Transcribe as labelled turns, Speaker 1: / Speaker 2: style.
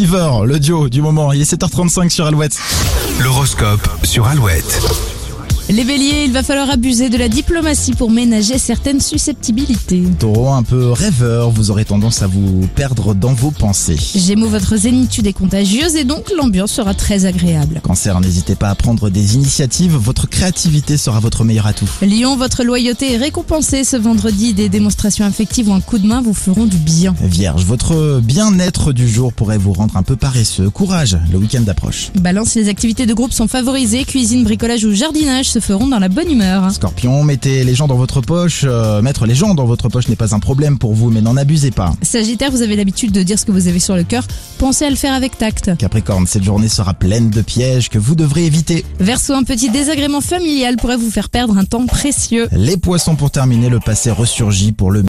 Speaker 1: Fever, le duo du moment. Il est 7h35 sur Alouette.
Speaker 2: L'horoscope sur Alouette.
Speaker 3: Les béliers, il va falloir abuser de la diplomatie pour ménager certaines susceptibilités.
Speaker 1: Taureau un peu rêveur, vous aurez tendance à vous perdre dans vos pensées.
Speaker 3: Gémeaux, votre zénitude est contagieuse et donc l'ambiance sera très agréable.
Speaker 1: Cancer, n'hésitez pas à prendre des initiatives, votre créativité sera votre meilleur atout.
Speaker 3: Lion, votre loyauté est récompensée ce vendredi. Des démonstrations affectives ou un coup de main vous feront du bien.
Speaker 1: Vierge, votre bien-être du jour pourrait vous rendre un peu paresseux. Courage, le week-end approche.
Speaker 3: Balance, les activités de groupe sont favorisées. Cuisine, bricolage ou jardinage se feront dans la bonne humeur.
Speaker 1: Scorpion, mettez les gens dans votre poche. Euh, mettre les gens dans votre poche n'est pas un problème pour vous, mais n'en abusez pas.
Speaker 3: Sagittaire, vous avez l'habitude de dire ce que vous avez sur le cœur. Pensez à le faire avec tact.
Speaker 1: Capricorne, cette journée sera pleine de pièges que vous devrez éviter.
Speaker 3: Verseau, un petit désagrément familial pourrait vous faire perdre un temps précieux.
Speaker 1: Les poissons pour terminer, le passé ressurgit pour le